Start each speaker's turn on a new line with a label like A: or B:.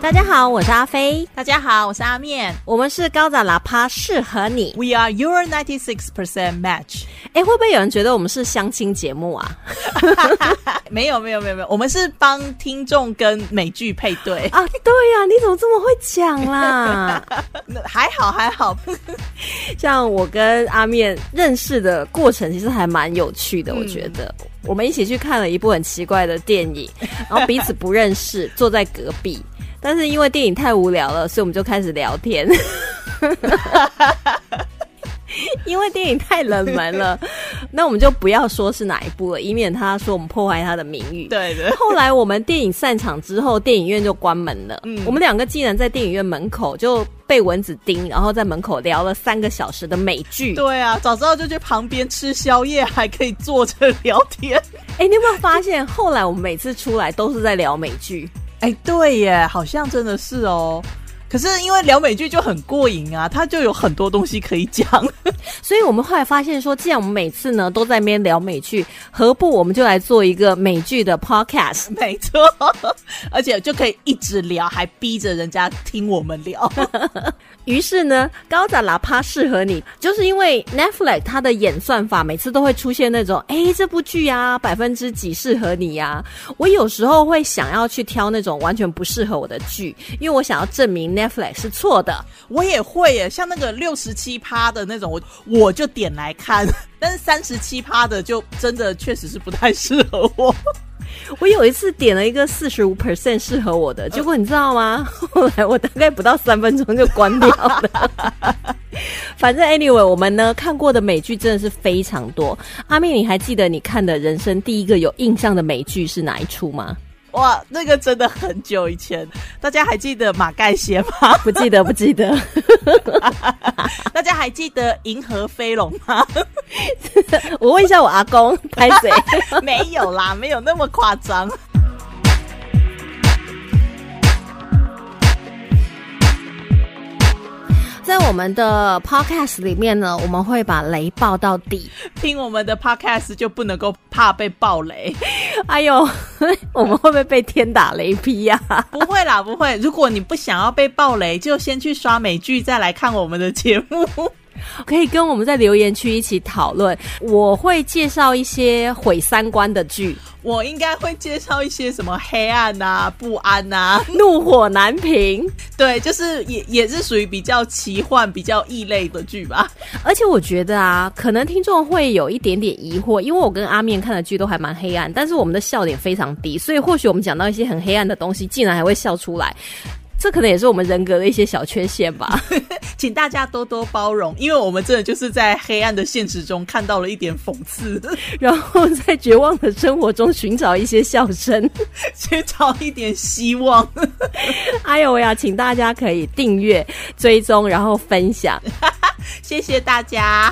A: 大家好，我是阿飞，
B: 大家好，我是阿面。
A: 我们是高涨喇叭，适合你。
B: We are your ninety six percent match。
A: 哎，会不会有人觉得我们是相亲节目啊？，
B: 没有没有没有没有，我们是帮听众跟美剧配对
A: 啊，对呀、你怎么这么会讲啦？
B: 还好还好。
A: 像我跟阿面认识的过程，其实还蛮有趣的，我觉得。我们一起去看了一部很奇怪的电影，然后彼此不认识，坐在隔壁。但是因为电影太无聊了，所以我们就开始聊天。 因为电影太冷门了，那我们就不要说是哪一部了，以免他说我们破坏他的名誉。
B: 对的，
A: 后来我们电影散场之后，电影院就关门了。我们两个竟然在电影院门口就被蚊子叮，然后在门口聊了三个小时的美剧。
B: 对啊，早知道就去旁边吃宵夜，还可以坐着聊天。
A: 哎，你有没有发现，后来我们每次出来都是在聊美剧？
B: 哎、对耶，好像真的是哦。可是因为聊美剧就很过瘾啊，它就有很多东西可以讲。
A: 所以我们后来发现说，既然我们每次呢都在那边聊美剧，何不我们就来做一个美剧的 podcast？
B: 没错， 而且就可以一直聊，还逼着人家听我们聊。
A: 于是呢，高展喇叭适合你，就是因为 Netflix 它的演算法每次都会出现那种，哎，这部剧啊，百分之几适合你呀、我有时候会想要去挑那种完全不适合我的剧，因为我想要证明 Netflix 是错的。
B: 我也会耶，像那个六十七趴的那种，我我就点来看， 但是三十七趴的就真的确实是不太适合我。
A: 我有一次点了一个四十五 percent 适合我的，结果你知道吗？ 后来我大概不到三分钟就关掉了。 反正 anyway，我们呢看过的美剧真的是非常多。阿密，你还记得你看的人生第一个有印象的美剧是哪一出吗？
B: 哇，那个真的很久以前，大家还记得马盖先吗？
A: 不记得， 不记得。
B: 大家还记得银河飞龙吗？
A: 我问一下我阿公，拍谁？
B: 没有啦，没有那么夸张。
A: 在我们的 podcast 里面呢，我们会把雷爆到底。
B: 听我们的 podcast 就不能够怕被暴雷，
A: 哎呦， 我们会不会被天打雷劈呀、
B: 不会啦，不会。如果你不想要被暴雷，就先去刷美剧，再来看我们的节目。
A: 可以跟我们在留言区一起讨论。我会介绍一些毁三观的剧，
B: 我应该会介绍一些什么黑暗啊、不安啊，
A: 《怒火难平》，
B: 对，就是也也是属于比较奇幻、比较异类的剧吧。
A: 而且我觉得啊，可能听众会有一点点疑惑，因为我跟阿面看的剧都还蛮黑暗，但是我们的笑点非常低，所以或许我们讲到一些很黑暗的东西，竟然还会笑出来。这可能也是我们人格的一些小缺陷吧。
B: 请大家多多包容，因为我们真的就是在黑暗的现实中看到了一点讽刺，
A: 然后在绝望的生活中寻找一些笑声。
B: 去找一点希望。
A: 哎呦喂呀，请大家可以订阅、追踪，然后分享。
B: 谢谢大家。